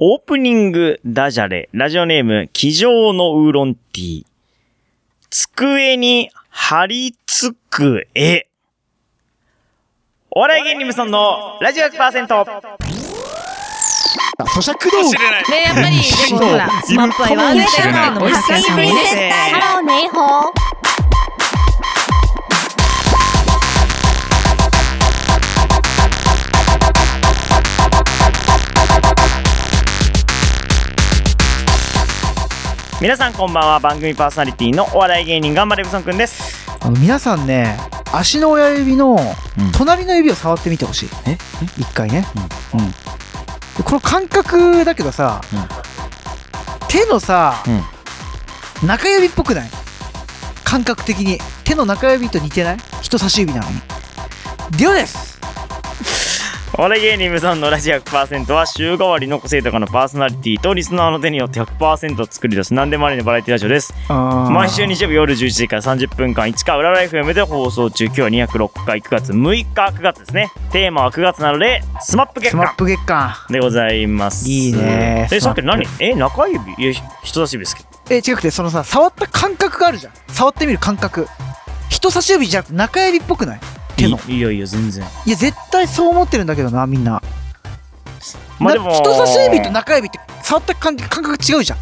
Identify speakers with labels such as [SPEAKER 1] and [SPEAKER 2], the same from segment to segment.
[SPEAKER 1] オープニングダジャレ、ラジオネーム、机上のウーロンティー。机に貼り付く絵。お笑い芸人無尊のラジオ100%。
[SPEAKER 2] あ咀嚼道具
[SPEAKER 3] れない。
[SPEAKER 4] ねやっぱり、でもほら、スマップは言わない
[SPEAKER 3] いるか
[SPEAKER 4] のも発散し
[SPEAKER 5] プリンセス
[SPEAKER 4] ね。
[SPEAKER 5] タイム。ハロー、ネイホー。
[SPEAKER 1] 皆さんこんばんは、番組パーソナリティのお笑い芸人、頑張れブソンくんです。
[SPEAKER 2] あの皆さんね足の親指の
[SPEAKER 1] ん
[SPEAKER 2] 隣の指を触ってみてほしい
[SPEAKER 1] ええ
[SPEAKER 2] 一回ね、うんでこの感覚だけどさ、
[SPEAKER 1] うん
[SPEAKER 2] 手のさ、中指っぽくない感覚的に手の中指と似てない人差し指なのにデュオです
[SPEAKER 1] お笑い芸人無尊のラジオ100%は週替わりの個性とかのパーソナリティとリスナーの手によって100%作り出す何でもありのバラエティラジオです。毎
[SPEAKER 2] 毎
[SPEAKER 1] 週日曜日夜11時から30分間1回裏ライフ M で放送中今日は206回9月6日9月ですねテーマは9月なのでスマップ
[SPEAKER 2] ス
[SPEAKER 1] 月
[SPEAKER 2] マ
[SPEAKER 1] 間
[SPEAKER 2] ップ月間
[SPEAKER 1] でございます
[SPEAKER 2] いいね
[SPEAKER 1] え
[SPEAKER 2] ス
[SPEAKER 1] さ
[SPEAKER 2] マッ
[SPEAKER 1] っき
[SPEAKER 2] プ
[SPEAKER 1] の何え中指いや人差し指ですけど
[SPEAKER 2] え違くてそのさ触った感覚があるじゃん触ってみる感覚人差し指じゃなくて中指っぽくない手の
[SPEAKER 1] いいやいや全然
[SPEAKER 2] いや絶対そう思ってるんだけどなみんな
[SPEAKER 1] まあ
[SPEAKER 2] な
[SPEAKER 1] でも
[SPEAKER 2] 人差し指と中指って触った感感覚違うじゃん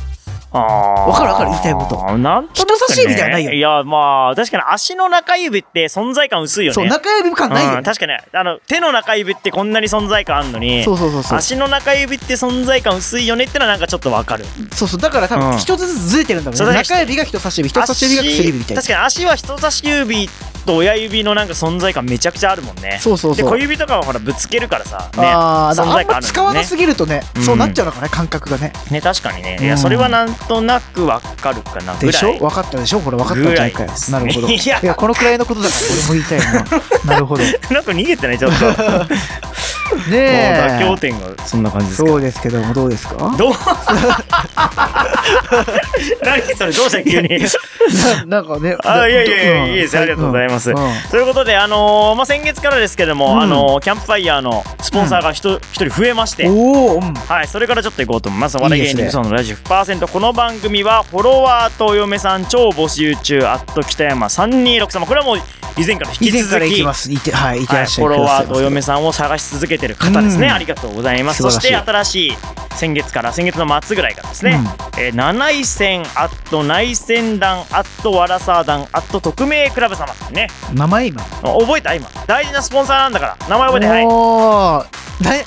[SPEAKER 1] あわ
[SPEAKER 2] わかるわかる言いたいこと
[SPEAKER 1] なんとなく、ね、
[SPEAKER 2] 人差し指ではないよ
[SPEAKER 1] いやまあ確かに足の中指って存在感薄いよね
[SPEAKER 2] そう中指感ないよね、
[SPEAKER 1] うん確かにあの手の中指ってこんなに存在感あんのに
[SPEAKER 2] そうそうそうそう
[SPEAKER 1] 足の中指って存在感薄いよねってのはなんかちょっとわかる
[SPEAKER 2] そうそうだから多
[SPEAKER 1] うん
[SPEAKER 2] 分一つずつずれてるんだろう
[SPEAKER 1] そう
[SPEAKER 2] ね
[SPEAKER 1] だね
[SPEAKER 2] 中指が人差し指人差し指が薬指みたいな
[SPEAKER 1] 足確かに足は人差し指と親指のなんか存在感めちゃくちゃあるもんね
[SPEAKER 2] そうそう
[SPEAKER 1] で
[SPEAKER 2] そう
[SPEAKER 1] 小指とかはほらぶつけるからさね
[SPEAKER 2] あーだ
[SPEAKER 1] 存
[SPEAKER 2] からあ
[SPEAKER 1] 在
[SPEAKER 2] ん
[SPEAKER 1] 感あ
[SPEAKER 2] ま
[SPEAKER 1] る
[SPEAKER 2] 使
[SPEAKER 1] も
[SPEAKER 2] わ
[SPEAKER 1] ん
[SPEAKER 2] な
[SPEAKER 1] ね
[SPEAKER 2] すぎるとね、
[SPEAKER 1] うん
[SPEAKER 2] そうなっちゃうのかね感覚がね
[SPEAKER 1] ね確かにね、いうや
[SPEAKER 2] ん
[SPEAKER 1] それはなんとなくわかるかなぐ
[SPEAKER 2] で
[SPEAKER 1] ら
[SPEAKER 2] し
[SPEAKER 1] い
[SPEAKER 2] ょ分かったでしょこれ分かったんじゃない
[SPEAKER 1] ぐ
[SPEAKER 2] か
[SPEAKER 1] らい
[SPEAKER 2] よ
[SPEAKER 1] です
[SPEAKER 2] なるほど
[SPEAKER 1] いや
[SPEAKER 2] このくらいのことだから俺も言いたいなな るほどね
[SPEAKER 1] なんか逃げてねちょっと もう妥協
[SPEAKER 2] え
[SPEAKER 1] 点がそんな感じですけ
[SPEAKER 2] そ
[SPEAKER 1] ど
[SPEAKER 2] うですけどもどうですか
[SPEAKER 1] どう何それどうした急 に
[SPEAKER 2] ななん かね
[SPEAKER 1] あいやいやいや
[SPEAKER 2] うん
[SPEAKER 1] いいですありがとうございます
[SPEAKER 2] んうん
[SPEAKER 1] ということで、あのーまあ、先月からですけども、
[SPEAKER 2] うん
[SPEAKER 1] あのーキャンプファイヤーのスポンサーが一人一人増えまして、
[SPEAKER 2] おお、うん、
[SPEAKER 1] はい、それからちょっと行こうと思います。お笑い芸
[SPEAKER 2] いい
[SPEAKER 1] 人
[SPEAKER 2] です
[SPEAKER 1] そのラジオ100%。この番組は、フォロワーとお嫁さん超募集中、アット北山326様。これはもう以前から引
[SPEAKER 2] 以
[SPEAKER 1] き
[SPEAKER 2] 前
[SPEAKER 1] 続
[SPEAKER 2] からい
[SPEAKER 1] き、
[SPEAKER 2] きます。いて、はい、いて
[SPEAKER 1] は
[SPEAKER 2] ら
[SPEAKER 1] い、
[SPEAKER 2] っしゃ
[SPEAKER 1] フ
[SPEAKER 2] い
[SPEAKER 1] ォ
[SPEAKER 2] ください。
[SPEAKER 1] ロワーとお嫁さんを探し続けてる方ですね。
[SPEAKER 2] うん
[SPEAKER 1] ありがとうございます。
[SPEAKER 2] 素
[SPEAKER 1] そ
[SPEAKER 2] 晴
[SPEAKER 1] し
[SPEAKER 2] らしい
[SPEAKER 1] て、新しい、先月から、先月の末ぐらいからですね、えー、七井線、アット内線団、アットワラサー団、アット特命クラブ様ってね、
[SPEAKER 2] うん名前今。
[SPEAKER 1] 覚えた今大事なスポンサーなんだから名前覚えてない
[SPEAKER 2] おーだい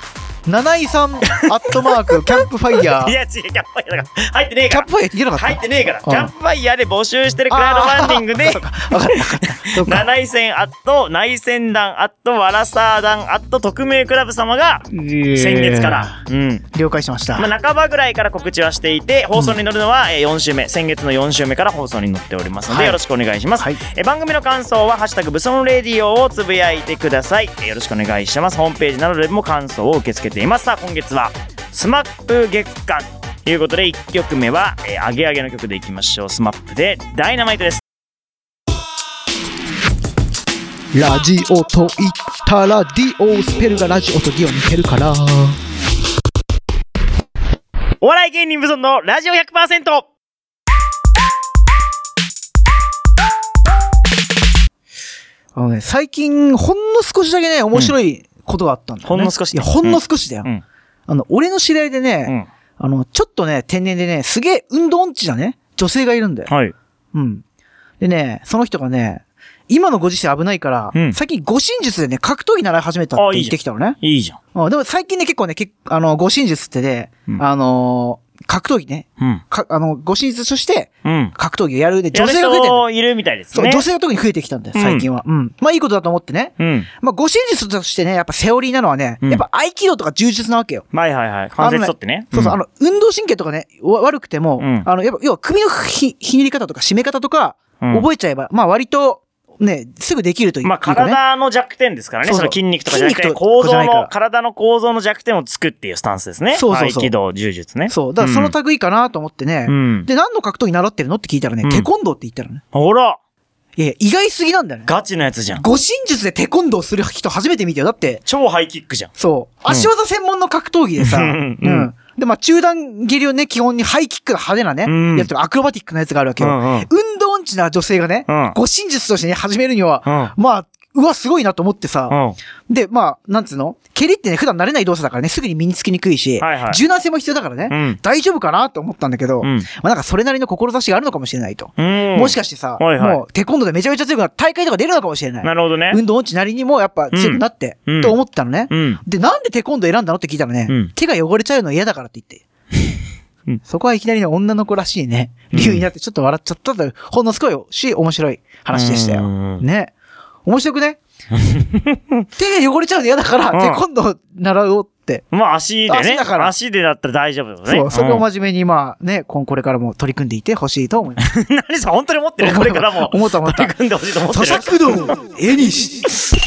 [SPEAKER 2] 七井 さんアットマークキャンプファイヤ
[SPEAKER 1] い
[SPEAKER 2] ー。
[SPEAKER 1] や違うキャンプファイヤーだから入ってねえ
[SPEAKER 2] キャ
[SPEAKER 1] か
[SPEAKER 2] ンプファイヤーって言えな
[SPEAKER 1] ら
[SPEAKER 2] かった。
[SPEAKER 1] 入ってねえから
[SPEAKER 2] ん
[SPEAKER 1] キャンプファイヤーで募集してるクラウドファンディングで
[SPEAKER 2] わかったわか った。そうか。
[SPEAKER 1] 七井線アット内線団アットワラサー団アット特命クラブ様が先
[SPEAKER 2] 先
[SPEAKER 1] 月から、うん
[SPEAKER 2] 了解しました。
[SPEAKER 1] まあ、半ばぐらいから告知はしていて放送に乗るのは、えー4週目先月の4週目から放送に乗っておりますので、
[SPEAKER 2] はい
[SPEAKER 1] よろしくお願いします、
[SPEAKER 2] はい
[SPEAKER 1] えー番組の感想は「ハッシュタグブソンレディオ」をつぶやいてください、えーよろしくお願いしますホームページなどでも感想を受け付けていますさあ今月はスマップ月間ということで1曲目は、えー、アゲアゲの曲でいきましょうスマップで「ダイナマイト」です
[SPEAKER 2] ラジオと言ったらディオスペルがラジオとディオ似てるから。
[SPEAKER 1] お笑い芸人ブソンのラジオ100%
[SPEAKER 2] あのね最近ほんの少しだけね面白いことがあったんだよね。
[SPEAKER 1] ほんの少し
[SPEAKER 2] いやほんの少しだよ。
[SPEAKER 1] うん
[SPEAKER 2] あの俺の知り合いで
[SPEAKER 1] う
[SPEAKER 2] ね、
[SPEAKER 1] ん
[SPEAKER 2] あのちょっとね天然でねすげえ運動音痴だね女性がいるんだよ。
[SPEAKER 1] はい
[SPEAKER 2] うん。でね、その人がね、今のご時世危ないから、
[SPEAKER 1] うん
[SPEAKER 2] 最近護身術でね、格闘技習い始めたって言ってきたのね。
[SPEAKER 1] いいじゃん
[SPEAKER 2] うんでも最近ね、結構ね、けあの、護身術ってね、
[SPEAKER 1] うん
[SPEAKER 2] あのー格闘技ね、
[SPEAKER 1] うん
[SPEAKER 2] かあの、護身術として
[SPEAKER 1] うん
[SPEAKER 2] 格闘技をやるで、
[SPEAKER 1] 女
[SPEAKER 2] 女
[SPEAKER 1] 性
[SPEAKER 2] 性が増えてるんだよ。
[SPEAKER 1] がいるみたいです
[SPEAKER 2] そう、
[SPEAKER 1] ね
[SPEAKER 2] 女性が特に増えてきたんだよ、最近は。うん。まあいいことだと思ってね。
[SPEAKER 1] うん
[SPEAKER 2] まあ護身術としてね、やっぱセオリーなのはね、
[SPEAKER 1] うん
[SPEAKER 2] やっぱ合気道とか柔術なわけよ。
[SPEAKER 1] はいはいはい関節取ってね
[SPEAKER 2] そうそう、
[SPEAKER 1] ん
[SPEAKER 2] あの、運動神経とかね、わ悪くても、
[SPEAKER 1] うん
[SPEAKER 2] あの、やっぱ、要は首のひひねり方とか締め方とか、
[SPEAKER 1] うん
[SPEAKER 2] 覚えちゃえば、まあ割と、ね、すぐできるという
[SPEAKER 1] まあ、
[SPEAKER 2] いうかね。
[SPEAKER 1] 体の弱点ですからね、
[SPEAKER 2] そう
[SPEAKER 1] そ
[SPEAKER 2] そう
[SPEAKER 1] の筋肉とかじゃなくて、
[SPEAKER 2] 筋肉と
[SPEAKER 1] 構
[SPEAKER 2] じゃ
[SPEAKER 1] 造
[SPEAKER 2] ないから
[SPEAKER 1] の、体の構造の弱点をつくっていうスタンスですね。
[SPEAKER 2] そうそうそ
[SPEAKER 1] 合
[SPEAKER 2] う
[SPEAKER 1] 気道、柔術ね。
[SPEAKER 2] そう。だからそ
[SPEAKER 1] ん
[SPEAKER 2] の類いかなと思ってね。
[SPEAKER 1] うん。
[SPEAKER 2] で、何の格闘技習ってるのって聞いたらね、
[SPEAKER 1] うん
[SPEAKER 2] テコンドーって言ったらね。
[SPEAKER 1] ほら
[SPEAKER 2] いやいや、意外すぎなんだよね。
[SPEAKER 1] ガチのやつじゃん。
[SPEAKER 2] 護身術でテコンドーする人初めて見たよ。だって、
[SPEAKER 1] 超ハイキックじゃん。
[SPEAKER 2] そう。足技専門の格闘技でさ、
[SPEAKER 1] う
[SPEAKER 2] うんん。
[SPEAKER 1] うん
[SPEAKER 2] で、まあ、中段蹴りをね、基本にハイキックが派手なね、
[SPEAKER 1] うん
[SPEAKER 2] やつとかアクロバティックなやつがあるわけよ。
[SPEAKER 1] うんうん
[SPEAKER 2] 運動音痴な女性がね、
[SPEAKER 1] うん
[SPEAKER 2] 護身術としてね、始めるには、
[SPEAKER 1] う
[SPEAKER 2] まあ、うわ、すごいなと思って
[SPEAKER 1] う
[SPEAKER 2] さ、
[SPEAKER 1] ん。
[SPEAKER 2] で、まあ、なんつうの蹴りってね、普段慣れない動作だからね、すぐに身につきにくいし、
[SPEAKER 1] はいはい
[SPEAKER 2] 柔軟性も必要だからね、
[SPEAKER 1] うん
[SPEAKER 2] 大丈夫かなと思ったんだけど、
[SPEAKER 1] うん
[SPEAKER 2] まあ、なんかそれなりの志があるのかもしれないと。
[SPEAKER 1] うん。
[SPEAKER 2] もしかしてさ、
[SPEAKER 1] はいはい
[SPEAKER 2] もう、テコンドーでめちゃめちゃ強くなって大会とか出るのかもしれない。
[SPEAKER 1] なるほどね。
[SPEAKER 2] 運動音痴なりにもやっぱ強くなって、
[SPEAKER 1] うん
[SPEAKER 2] と思ったのね。
[SPEAKER 1] うん。
[SPEAKER 2] で、なんでテコンドー選んだのって聞いたらね、
[SPEAKER 1] うん
[SPEAKER 2] 手が汚れちゃうの嫌だからって言って。
[SPEAKER 1] うん
[SPEAKER 2] そこはいきなりね、女の子らしいね、
[SPEAKER 1] うん
[SPEAKER 2] 理由になってちょっと笑っちゃったという、ほんのすごいし、面白い話でした
[SPEAKER 1] う
[SPEAKER 2] よ。
[SPEAKER 1] ん
[SPEAKER 2] ね。面白 くね手が汚れちゃうの嫌だから、
[SPEAKER 1] うん
[SPEAKER 2] テコンドー習おうって。
[SPEAKER 1] まあ足でね。
[SPEAKER 2] 足だから
[SPEAKER 1] 足でだったら大丈夫だね。
[SPEAKER 2] そう、それを
[SPEAKER 1] ん
[SPEAKER 2] 真面目にまあね、今これからも取り組んでいてほしいと思います。
[SPEAKER 1] 何さ、本当に持ってる これからも。
[SPEAKER 2] 思った思っ
[SPEAKER 1] 取
[SPEAKER 2] た
[SPEAKER 1] り。組んでほしいと思ってる。
[SPEAKER 2] 作道を絵にし。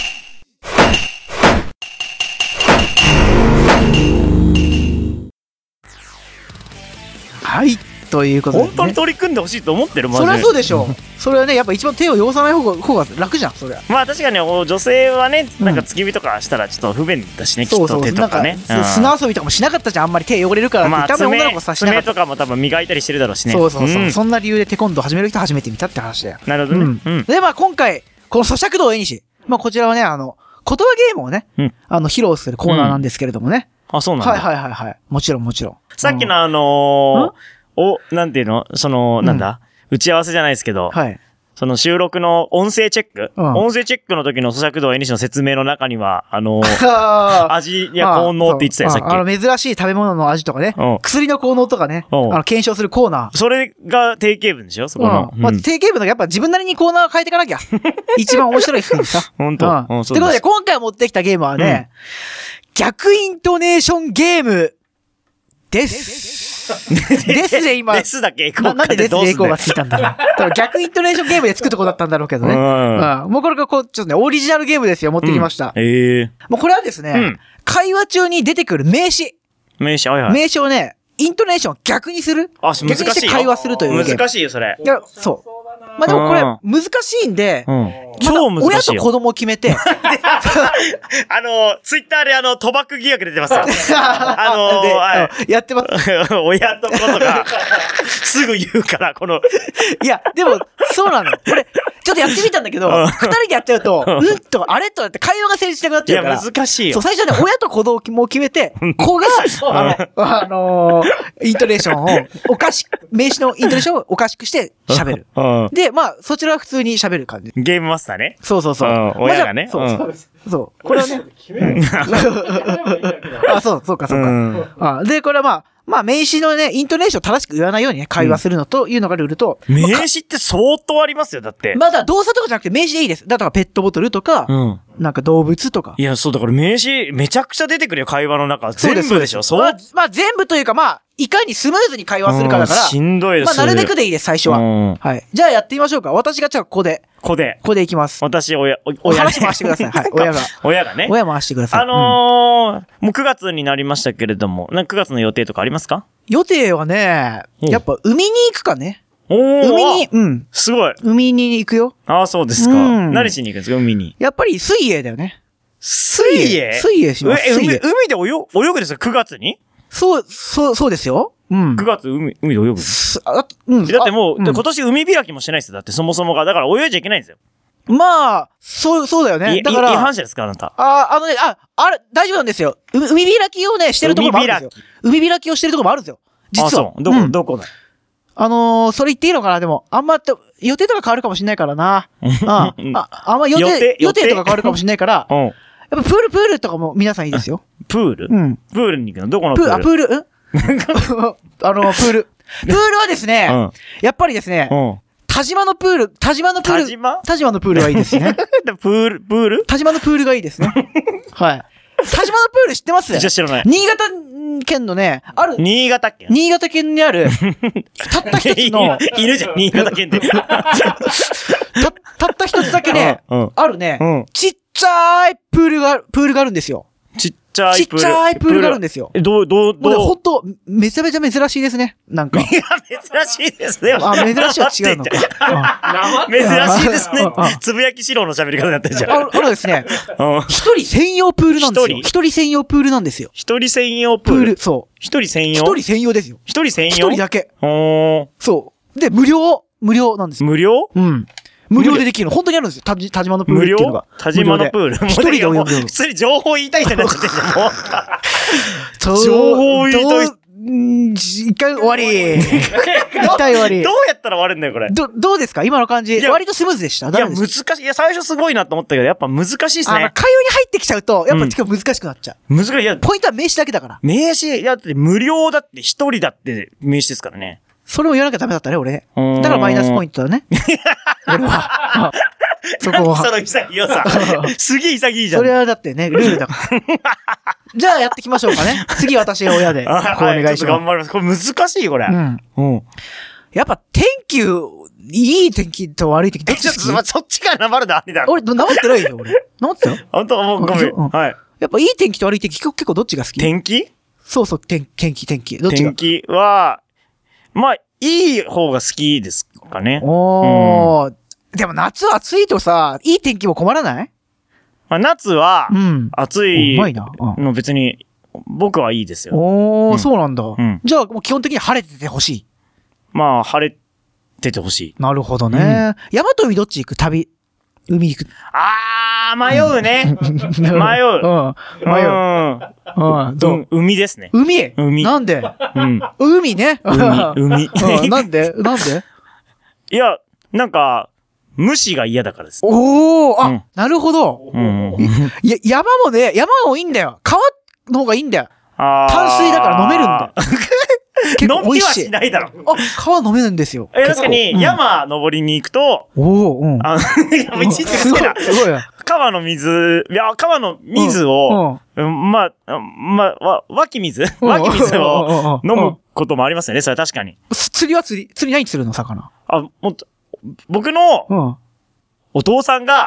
[SPEAKER 2] はい、ということで、ね。
[SPEAKER 1] 本当に取り組んでほしいと思ってる、マジ
[SPEAKER 2] そ
[SPEAKER 1] で
[SPEAKER 2] りゃそうでしょう。それはね、やっぱ一番手を汚さない方が方が楽じゃん、そりゃ。
[SPEAKER 1] まあ確かにお女性はね、
[SPEAKER 2] うん
[SPEAKER 1] なんか月見とかしたらちょっと不便だしね、き
[SPEAKER 2] そ
[SPEAKER 1] っ
[SPEAKER 2] うそ
[SPEAKER 1] と
[SPEAKER 2] う、
[SPEAKER 1] 手
[SPEAKER 2] な
[SPEAKER 1] と
[SPEAKER 2] ん
[SPEAKER 1] か
[SPEAKER 2] か、
[SPEAKER 1] ね。うん
[SPEAKER 2] 砂遊びとかもしなかったじゃん、あんまり手汚れるからって、
[SPEAKER 1] まあ
[SPEAKER 2] 多分
[SPEAKER 1] 爪
[SPEAKER 2] 女の子さしなか
[SPEAKER 1] 爪
[SPEAKER 2] った。
[SPEAKER 1] とかも多分磨いたりしてるだろうしね。
[SPEAKER 2] そうそうそう、
[SPEAKER 1] ん
[SPEAKER 2] そんな理由でテコンドー始める人始めてみたって話だよ。
[SPEAKER 1] なるほどね。
[SPEAKER 2] うん
[SPEAKER 1] うん。
[SPEAKER 2] で、まあ今回、この咀嚼道絵にし、まあこちらはね、あの、言葉ゲームをね、
[SPEAKER 1] うん
[SPEAKER 2] あの、披露するコーナーなんですけれどもね。
[SPEAKER 1] あ、そうなんだ。
[SPEAKER 2] はいはいはいはい。もちろんもちろん。
[SPEAKER 1] さっき
[SPEAKER 2] うん、
[SPEAKER 1] のあのーお、なんていうのその、なんだ打ち合わせじゃないですけど、
[SPEAKER 2] はい。
[SPEAKER 1] その収録の音声チェック、
[SPEAKER 2] うん
[SPEAKER 1] 音声チェックの時の咀嚼道 N 氏の説明の中には、あのー
[SPEAKER 2] あ
[SPEAKER 1] 味や効能って言ってたよ、さ
[SPEAKER 2] ああ
[SPEAKER 1] っ
[SPEAKER 2] の、珍しい食べ物の味とかね
[SPEAKER 1] うん、
[SPEAKER 2] 薬の効能とかね、あ
[SPEAKER 1] うん
[SPEAKER 2] の、検証するコーナ
[SPEAKER 1] き。それが定型文でしょそ
[SPEAKER 2] ー。
[SPEAKER 1] この。
[SPEAKER 2] うん。まあ、
[SPEAKER 1] うん
[SPEAKER 2] 定型文とかやっぱ自分なりにコーナーを変えていかなきゃ。一番面白い風にさ。
[SPEAKER 1] ほん
[SPEAKER 2] う
[SPEAKER 1] と
[SPEAKER 2] ん。
[SPEAKER 1] うん
[SPEAKER 2] と
[SPEAKER 1] そ
[SPEAKER 2] いうう
[SPEAKER 1] だ
[SPEAKER 2] ことで、今回持ってきたゲームはね、逆イントネーションゲームです。ですで今
[SPEAKER 1] で、すだけ行こ
[SPEAKER 2] な
[SPEAKER 1] う
[SPEAKER 2] なん
[SPEAKER 1] か
[SPEAKER 2] で
[SPEAKER 1] って
[SPEAKER 2] デス
[SPEAKER 1] どう
[SPEAKER 2] 栄
[SPEAKER 1] すんだよ
[SPEAKER 2] 光がついたんだろう。多分逆イントネーションゲームで作ったことだったんだろうけどね。
[SPEAKER 1] うん
[SPEAKER 2] うんもうこれがこう、ちょっとね、オリジナルゲームですよ、持ってきました。
[SPEAKER 1] ええ
[SPEAKER 2] もうこれはですね、
[SPEAKER 1] うん
[SPEAKER 2] 会話中に出てくる名詞、
[SPEAKER 1] 名刺、はいはい。
[SPEAKER 2] 名詞をね、イントネーションを逆にする。
[SPEAKER 1] あ、難しいよ。
[SPEAKER 2] 逆にして会話するというゲーム
[SPEAKER 1] 難しいよ、それ。
[SPEAKER 2] いや、そう。まあでもこれ
[SPEAKER 1] うん、
[SPEAKER 2] 難しいんで、
[SPEAKER 1] うん。
[SPEAKER 2] ま
[SPEAKER 1] 超
[SPEAKER 2] だ親
[SPEAKER 1] 難し
[SPEAKER 2] と
[SPEAKER 1] い
[SPEAKER 2] 子
[SPEAKER 1] よ。
[SPEAKER 2] 供を決めて、
[SPEAKER 1] あの、ツイッターであの、賭博疑惑出てます よ。 あのー
[SPEAKER 2] で
[SPEAKER 1] はい
[SPEAKER 2] うんやってます。
[SPEAKER 1] 親と子とか、すぐ言うから、この、
[SPEAKER 2] いや、でも、そうなの。これ、ちょっとやってみたんだけど、
[SPEAKER 1] うん
[SPEAKER 2] 二人でやっちゃうと、うんとか、あれとかって会話が成立しなくなっ
[SPEAKER 1] い
[SPEAKER 2] ち
[SPEAKER 1] や、
[SPEAKER 2] ゃうから。
[SPEAKER 1] 難しい
[SPEAKER 2] そ
[SPEAKER 1] よ
[SPEAKER 2] う、。最初 はね、親と子供を決めて、子が、あの、あのーイントネーションを、おかしく、名詞のイントネーションをおかしくして喋る。
[SPEAKER 1] うん
[SPEAKER 2] で、まあ、そちらは普通に喋る感じ。
[SPEAKER 1] ゲームマスターね。
[SPEAKER 2] そうそうそう。
[SPEAKER 1] うん
[SPEAKER 2] まあ
[SPEAKER 1] 親がね
[SPEAKER 2] じゃあそう う。そう。これはね。あ、そう、そうか、そう
[SPEAKER 1] う
[SPEAKER 2] か。
[SPEAKER 1] ん
[SPEAKER 2] あで、これはまあ、まあ、名詞のね、イントネーションを正しく言わないようにね、会話するのというのがルールと、
[SPEAKER 1] 名詞って相当ありますよ、だって。
[SPEAKER 2] まだ動作とかじゃなくて名詞でいいです。だからペットボトルとか、
[SPEAKER 1] うん。
[SPEAKER 2] なんか動物とか。
[SPEAKER 1] いや、そう、だから名詞、めちゃくちゃ出てくるよ、会話の中。
[SPEAKER 2] そう
[SPEAKER 1] 全
[SPEAKER 2] す
[SPEAKER 1] 部でしょ、
[SPEAKER 2] そう
[SPEAKER 1] そ
[SPEAKER 2] ま
[SPEAKER 1] う
[SPEAKER 2] あ。、まあ全部というか、まあ、いかにスムーズに会話するかだか
[SPEAKER 1] うん
[SPEAKER 2] ら、
[SPEAKER 1] しんどいで。
[SPEAKER 2] ますあ、なるべくでいいです、最初
[SPEAKER 1] う
[SPEAKER 2] は。
[SPEAKER 1] ん。
[SPEAKER 2] はい。じゃあやってみましょうか。私がじゃあここで、
[SPEAKER 1] 子で。
[SPEAKER 2] ここでいきます。
[SPEAKER 1] 私、親、お
[SPEAKER 2] お
[SPEAKER 1] 親ね
[SPEAKER 2] 話回してください。はい。親が。
[SPEAKER 1] 親がね。
[SPEAKER 2] 親回してください。
[SPEAKER 1] あのーもう9月になりましたけれども、なんか9月の予定とかありますか
[SPEAKER 2] うん予定はね、
[SPEAKER 1] うん
[SPEAKER 2] やっぱ海に行くかね。
[SPEAKER 1] おー
[SPEAKER 2] 海に、うん。
[SPEAKER 1] すごい。
[SPEAKER 2] 海に行くよ。
[SPEAKER 1] ああ、そうですか。
[SPEAKER 2] うん
[SPEAKER 1] 何しに行くんですか海に。
[SPEAKER 2] やっぱり水泳だよね。
[SPEAKER 1] 水泳
[SPEAKER 2] 水泳します。
[SPEAKER 1] え、
[SPEAKER 2] 水
[SPEAKER 1] 海、
[SPEAKER 2] 泳。
[SPEAKER 1] 海で泳ぐ、泳ぐですか ?9 月に
[SPEAKER 2] そう、そう、そうですよ。うん。
[SPEAKER 1] ?9 月海、海で泳ぐ。
[SPEAKER 2] すあうん
[SPEAKER 1] だってもう、
[SPEAKER 2] あん
[SPEAKER 1] 今年海開きもしてないですよ。だってそもそもが。だから泳いじゃいけないんですよ。
[SPEAKER 2] まあ、そう、そうだよ
[SPEAKER 1] い
[SPEAKER 2] ね。
[SPEAKER 1] い
[SPEAKER 2] だか
[SPEAKER 1] 違
[SPEAKER 2] ら、
[SPEAKER 1] 反者ですかあなた。
[SPEAKER 2] あ、あのね、あ、あれ、大丈夫なんですよ。う海開きをね、してるところもあるんですよ。海開きをしてるところもあるんですよ。実は。
[SPEAKER 1] あ、そう。どこ、
[SPEAKER 2] ん
[SPEAKER 1] どこだ
[SPEAKER 2] あのーそれ言っていいのかなでも、あんまと、予定とか変わるかもしれないからな。ああ、あんま予定、
[SPEAKER 1] 予
[SPEAKER 2] 予
[SPEAKER 1] 定
[SPEAKER 2] 定
[SPEAKER 1] 予定
[SPEAKER 2] とか変わるかもしれないから、やっ
[SPEAKER 1] うん。
[SPEAKER 2] ぱプール、プールとかも皆さんいいですよ。
[SPEAKER 1] プール、
[SPEAKER 2] うん。
[SPEAKER 1] プールに行くのどこのプ
[SPEAKER 2] プ
[SPEAKER 1] ー
[SPEAKER 2] ー
[SPEAKER 1] ル
[SPEAKER 2] ル、あ、プール、うん あのープール。プールはですね、
[SPEAKER 1] うん
[SPEAKER 2] やっぱりですね、
[SPEAKER 1] うん。
[SPEAKER 2] 田島のプール、田島のプール、
[SPEAKER 1] 田島
[SPEAKER 2] 田島のプールはいいで すね。
[SPEAKER 1] でプール、プール
[SPEAKER 2] 田島のプールがいいですね。はい。田島のプール知ってます
[SPEAKER 1] いや知らない
[SPEAKER 2] 新潟県のね、ある、
[SPEAKER 1] 新潟県。
[SPEAKER 2] 新潟県にある、たった一つの、
[SPEAKER 1] 犬じゃん、新潟県で。
[SPEAKER 2] たた った一つだけね、
[SPEAKER 1] うんうん
[SPEAKER 2] あるね、
[SPEAKER 1] うん
[SPEAKER 2] ちっちゃいプールがある、プールがあるんですよ。
[SPEAKER 1] ちっちゃ
[SPEAKER 2] ち
[SPEAKER 1] い
[SPEAKER 2] っ
[SPEAKER 1] プール。
[SPEAKER 2] ちゃいプールがあるんですよ。
[SPEAKER 1] えどう、どう、
[SPEAKER 2] もうね、ほ
[SPEAKER 1] ど
[SPEAKER 2] んと、めちゃめちゃ珍しいですね。なんか。
[SPEAKER 1] う。珍しいですね。
[SPEAKER 2] あ、珍しいは違うの
[SPEAKER 1] 待って
[SPEAKER 2] か。
[SPEAKER 1] 珍しいですね
[SPEAKER 2] ああ。
[SPEAKER 1] つぶやき四郎の喋り方になってるじ
[SPEAKER 2] うんあ
[SPEAKER 1] ゃん。
[SPEAKER 2] のあのですね、
[SPEAKER 1] うん
[SPEAKER 2] 一人専用プールなんですよ。
[SPEAKER 1] 一人
[SPEAKER 2] 一人専用プールなんですよ。
[SPEAKER 1] 一人専用プ
[SPEAKER 2] プー
[SPEAKER 1] ール
[SPEAKER 2] ル、。そう。
[SPEAKER 1] 一人専
[SPEAKER 2] 一
[SPEAKER 1] 用
[SPEAKER 2] 人専用ですよ。
[SPEAKER 1] 一人専
[SPEAKER 2] 一
[SPEAKER 1] 用
[SPEAKER 2] 人だけ。
[SPEAKER 1] お
[SPEAKER 2] そう。で、無料、無料なんですよ。
[SPEAKER 1] 無料
[SPEAKER 2] うん。無料でできるの。本当にあるんですよ。田田島のプー
[SPEAKER 1] 無
[SPEAKER 2] ルっていう
[SPEAKER 1] 料
[SPEAKER 2] のが。
[SPEAKER 1] 田島のプー
[SPEAKER 2] 無料
[SPEAKER 1] ル。
[SPEAKER 2] で一人で
[SPEAKER 1] もう
[SPEAKER 2] 泳
[SPEAKER 1] なんかも
[SPEAKER 2] げ
[SPEAKER 1] う
[SPEAKER 2] る
[SPEAKER 1] 普。通に情報言いたい人になっちゃってるじゃんもう。情
[SPEAKER 2] 情
[SPEAKER 1] 報を入れとい
[SPEAKER 2] 一回終 わり。一回終わ り
[SPEAKER 1] どう。やったら終わるんだよ、これ。い
[SPEAKER 2] ど、どうですか今の感じ。
[SPEAKER 1] いや
[SPEAKER 2] 割とスムーズでした。
[SPEAKER 1] や、
[SPEAKER 2] ダメです
[SPEAKER 1] 難しい。いや、最初すごいなと思ったけど、やっぱ難しいです
[SPEAKER 2] あの、
[SPEAKER 1] ね。
[SPEAKER 2] 会話に入ってきちゃうと、やっ
[SPEAKER 1] うん
[SPEAKER 2] ぱ結構難しくなっちゃう。
[SPEAKER 1] 難しい。いや、
[SPEAKER 2] ポイントは名詞だけだから。
[SPEAKER 1] 名刺、いや、だって無料だって、一人だって名刺ですからね。
[SPEAKER 2] それを言わなきゃダメだったね、俺。
[SPEAKER 1] うーん
[SPEAKER 2] だからマイナスポイント だね。俺は。 あそこ
[SPEAKER 1] そ
[SPEAKER 2] は。
[SPEAKER 1] の潔 さ。すげえ潔いじゃん。
[SPEAKER 2] それはだってね、ルールだから。 じゃあやっていきましょうかね。次私の親で。こう お
[SPEAKER 1] あはい
[SPEAKER 2] 願いし
[SPEAKER 1] ちょっと頑
[SPEAKER 2] ま
[SPEAKER 1] 張ります。これ難しい、これ。
[SPEAKER 2] す。うん。
[SPEAKER 1] うん。
[SPEAKER 2] やっぱ天気、いい天気と悪い天気ど
[SPEAKER 1] え、
[SPEAKER 2] っち
[SPEAKER 1] ちょ
[SPEAKER 2] 好
[SPEAKER 1] っと、ま
[SPEAKER 2] き
[SPEAKER 1] そっちからなまるのありだろ。
[SPEAKER 2] 俺、なまってないよ、俺。なまってたよ。
[SPEAKER 1] 本当もうごめん。
[SPEAKER 2] うん
[SPEAKER 1] はい。
[SPEAKER 2] やっぱいい天気と悪い天気、結構どっちが好き
[SPEAKER 1] 天気
[SPEAKER 2] そうそう、天天気、天気。どっちが
[SPEAKER 1] 天気は、まあ、いい方が好きですかね。
[SPEAKER 2] おー、でも夏は暑いとさ、いい天気も困らない
[SPEAKER 1] まあ、夏は、
[SPEAKER 2] ん。
[SPEAKER 1] 暑
[SPEAKER 2] う
[SPEAKER 1] い
[SPEAKER 2] まいな。うん
[SPEAKER 1] の別に、僕はいいですよ。
[SPEAKER 2] おー、
[SPEAKER 1] うん
[SPEAKER 2] そうなんだ。
[SPEAKER 1] ん
[SPEAKER 2] じゃあ、もう基本的に晴れててほしい。
[SPEAKER 1] まあ、晴れててほしい。
[SPEAKER 2] なるほどね。
[SPEAKER 1] うん
[SPEAKER 2] 山と海どっち行く旅。海行く。
[SPEAKER 1] あー、迷う ね。
[SPEAKER 2] 迷
[SPEAKER 1] う
[SPEAKER 2] うん。迷う。
[SPEAKER 1] う
[SPEAKER 2] うん。ど
[SPEAKER 1] ん。う。
[SPEAKER 2] うん
[SPEAKER 1] 海ですね。
[SPEAKER 2] 海
[SPEAKER 1] 海
[SPEAKER 2] な んで
[SPEAKER 1] うん。
[SPEAKER 2] 海ね。うん
[SPEAKER 1] 海、海。
[SPEAKER 2] なんでなんで
[SPEAKER 1] いや、なんか、無視が嫌だからです。
[SPEAKER 2] おー、あ、
[SPEAKER 1] うん
[SPEAKER 2] なるほど。
[SPEAKER 1] うん。
[SPEAKER 2] いや、山もね、山もいいんだよ。川の方がいいんだよ。
[SPEAKER 1] あー
[SPEAKER 2] 淡水だから飲める んだ。よ。結構
[SPEAKER 1] 飲
[SPEAKER 2] 美
[SPEAKER 1] み
[SPEAKER 2] 味
[SPEAKER 1] は
[SPEAKER 2] しい
[SPEAKER 1] し。ないだろ。
[SPEAKER 2] あ、川飲めるんですよ。
[SPEAKER 1] え、確かに、
[SPEAKER 2] 結構。
[SPEAKER 1] 山登りに行くと、
[SPEAKER 2] うんおー、うん。
[SPEAKER 1] あの、いやもういちいち
[SPEAKER 2] す
[SPEAKER 1] 好
[SPEAKER 2] ごい、
[SPEAKER 1] きな。
[SPEAKER 2] すごいな。
[SPEAKER 1] 川の水、いや、川の水を、
[SPEAKER 2] うん
[SPEAKER 1] うんまあ、うんまあ、わ湧き水
[SPEAKER 2] うん
[SPEAKER 1] 湧き水を
[SPEAKER 2] うん
[SPEAKER 1] 飲
[SPEAKER 2] う
[SPEAKER 1] む
[SPEAKER 2] ん
[SPEAKER 1] こともありますよね、それは確かに。
[SPEAKER 2] す釣りは釣り、釣り何釣るの魚。
[SPEAKER 1] あ、もっと、僕の
[SPEAKER 2] うん。お
[SPEAKER 1] お父さんが、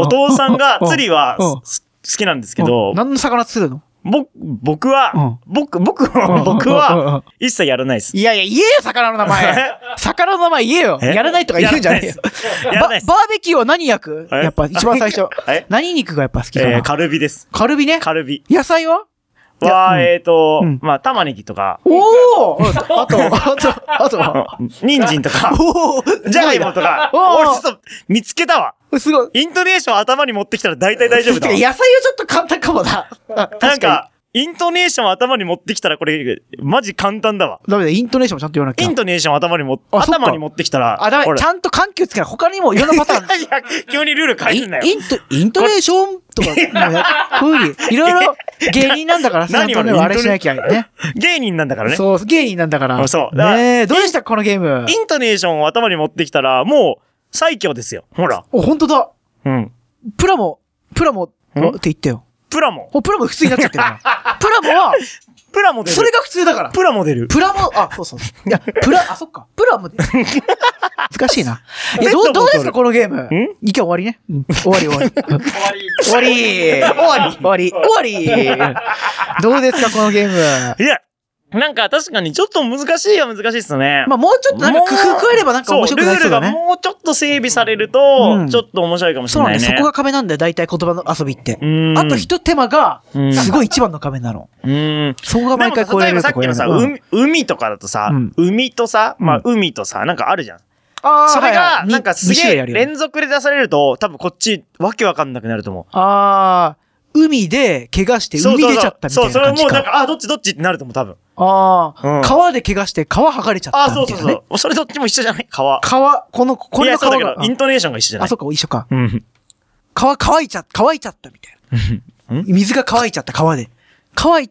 [SPEAKER 1] お父さんが釣りは
[SPEAKER 2] うん
[SPEAKER 1] す好きなんですけど、
[SPEAKER 2] 何の魚釣るの
[SPEAKER 1] 僕、僕は、僕、僕は、僕は、、一切やらないです。
[SPEAKER 2] いやいや、言えよ、魚の名前。 魚の名前言えよ。
[SPEAKER 1] え
[SPEAKER 2] やらないとか言うんじゃねえよ。
[SPEAKER 1] やらないです。
[SPEAKER 2] ババーベキューは何焼く
[SPEAKER 1] え
[SPEAKER 2] やっぱ一番最 初。
[SPEAKER 1] え
[SPEAKER 2] 何肉がやっぱ好きか
[SPEAKER 1] えー
[SPEAKER 2] な
[SPEAKER 1] カルビです。
[SPEAKER 2] カルビね。
[SPEAKER 1] カルビ。
[SPEAKER 2] 野菜は
[SPEAKER 1] は、
[SPEAKER 2] うん
[SPEAKER 1] えっと
[SPEAKER 2] うん、
[SPEAKER 1] まあ、玉ねぎとか、
[SPEAKER 2] おおあと、あと、あとは。
[SPEAKER 1] うん人参とか、
[SPEAKER 2] おお
[SPEAKER 1] じゃがいもとか、
[SPEAKER 2] おー
[SPEAKER 1] 俺ちょっと見つけたわ。
[SPEAKER 2] すごい。
[SPEAKER 1] イントネーション頭に持ってきたら大体大丈夫だわ
[SPEAKER 2] てか。野菜はちょっと簡単かもな。あ
[SPEAKER 1] なん
[SPEAKER 2] 確か
[SPEAKER 1] か、イントネーション頭に持ってきたらこれ、マジ簡単だわ。
[SPEAKER 2] に。ダメだ、イントネーションもちゃんと言わなき
[SPEAKER 1] イ
[SPEAKER 2] ゃ
[SPEAKER 1] ン。トネーション頭にも、
[SPEAKER 2] あそっか
[SPEAKER 1] 頭に持ってきたら、
[SPEAKER 2] あ、ダメ。
[SPEAKER 1] 俺
[SPEAKER 2] ちゃんと緩急つけない。他にもいろんなパターン。
[SPEAKER 1] いや、急にルール変えるんだ
[SPEAKER 2] イ
[SPEAKER 1] よ。
[SPEAKER 2] ント、イントネーションとか、もうや、こういうふうにいろいろ芸人なんだから、ちゃん
[SPEAKER 1] 何
[SPEAKER 2] と
[SPEAKER 1] 今の
[SPEAKER 2] ね、あれしなきゃね。
[SPEAKER 1] 芸人なんだからね。
[SPEAKER 2] そう、芸人なんだから。
[SPEAKER 1] そうだから
[SPEAKER 2] ねえ、どうでしたこのゲーム
[SPEAKER 1] イ。ントネーションを頭に持ってきたら、もう、最強ですよ。ほら。
[SPEAKER 2] お、本当だ。
[SPEAKER 1] うん。
[SPEAKER 2] プラモ、プラモ、
[SPEAKER 1] ん
[SPEAKER 2] おって言ったよ。
[SPEAKER 1] プラモ。
[SPEAKER 2] お、プラモ普通になっちゃっ てるな。プラモは、
[SPEAKER 1] プラモデル。
[SPEAKER 2] それが普通だから。
[SPEAKER 1] プラモデル。
[SPEAKER 2] プラモ、あ、そうそう。いや、プラ、あ、そっか。プラモ。難し いな。いや、ど
[SPEAKER 1] ペ
[SPEAKER 2] う、
[SPEAKER 1] ット
[SPEAKER 2] ど
[SPEAKER 1] ボト
[SPEAKER 2] う
[SPEAKER 1] ル
[SPEAKER 2] ですか、このゲーム。意見終わりね。うん終わり終わり。うん終わり。終わり。終わり。 終わり。どうですか、このゲーム。
[SPEAKER 1] いや、なんか確かにちょっと難しいは難しいですね。
[SPEAKER 2] まあ、もうちょっとなんか工夫加えればなんか面白くなりそうだ
[SPEAKER 1] ルール
[SPEAKER 2] ね。
[SPEAKER 1] がもうちょっと整備されると、
[SPEAKER 2] うん
[SPEAKER 1] ちょっと面白いかもし
[SPEAKER 2] そう
[SPEAKER 1] れ
[SPEAKER 2] な
[SPEAKER 1] なんい
[SPEAKER 2] だ
[SPEAKER 1] ね。
[SPEAKER 2] ね。そこが壁なんだよ、大体言葉の遊びって。
[SPEAKER 1] うん
[SPEAKER 2] あと一手間が、
[SPEAKER 1] うん
[SPEAKER 2] すごい一番の壁なの。
[SPEAKER 1] うん。
[SPEAKER 2] そこが毎回
[SPEAKER 1] でも
[SPEAKER 2] 超
[SPEAKER 1] 例
[SPEAKER 2] え
[SPEAKER 1] え
[SPEAKER 2] れ
[SPEAKER 1] ば
[SPEAKER 2] る
[SPEAKER 1] さ
[SPEAKER 2] と
[SPEAKER 1] っ
[SPEAKER 2] こ
[SPEAKER 1] き
[SPEAKER 2] や
[SPEAKER 1] の
[SPEAKER 2] る
[SPEAKER 1] さ、
[SPEAKER 2] うん
[SPEAKER 1] 海海とかだとさ、
[SPEAKER 2] うん
[SPEAKER 1] 海とさ、まあ
[SPEAKER 2] う
[SPEAKER 1] 海とさ、なんかあるじゃん。
[SPEAKER 2] あー
[SPEAKER 1] それ
[SPEAKER 2] はい
[SPEAKER 1] が
[SPEAKER 2] は、い
[SPEAKER 1] なんかす
[SPEAKER 2] に二種
[SPEAKER 1] げ
[SPEAKER 2] 類
[SPEAKER 1] え
[SPEAKER 2] あるよね
[SPEAKER 1] 連続で出されると、多分こっち、わけわかんなくなると思う。
[SPEAKER 2] あー、海で怪我して、
[SPEAKER 1] そう
[SPEAKER 2] 海
[SPEAKER 1] そうそう
[SPEAKER 2] 出ちゃったみた
[SPEAKER 1] そ
[SPEAKER 2] い
[SPEAKER 1] う、
[SPEAKER 2] な
[SPEAKER 1] それは
[SPEAKER 2] 感じ
[SPEAKER 1] もうなん
[SPEAKER 2] か。
[SPEAKER 1] か、あ、どっちどっちってなると思う、多分。
[SPEAKER 2] ああ、
[SPEAKER 1] うん
[SPEAKER 2] 川で怪我して、川剥がれちゃっ
[SPEAKER 1] あ、
[SPEAKER 2] た
[SPEAKER 1] そ
[SPEAKER 2] み
[SPEAKER 1] うそう
[SPEAKER 2] たい
[SPEAKER 1] そ
[SPEAKER 2] なね
[SPEAKER 1] う。。それどっちも一緒じゃない川。
[SPEAKER 2] 川、この、こ
[SPEAKER 1] い
[SPEAKER 2] れ
[SPEAKER 1] や、
[SPEAKER 2] の
[SPEAKER 1] そう
[SPEAKER 2] 川
[SPEAKER 1] だけど
[SPEAKER 2] が、、
[SPEAKER 1] イントネーションが一緒じゃな
[SPEAKER 2] あ、
[SPEAKER 1] い
[SPEAKER 2] そ。っか、一緒か。
[SPEAKER 1] うん。
[SPEAKER 2] 川乾いちゃ、乾いちゃったみたい な。水が乾いちゃった、川で。乾い、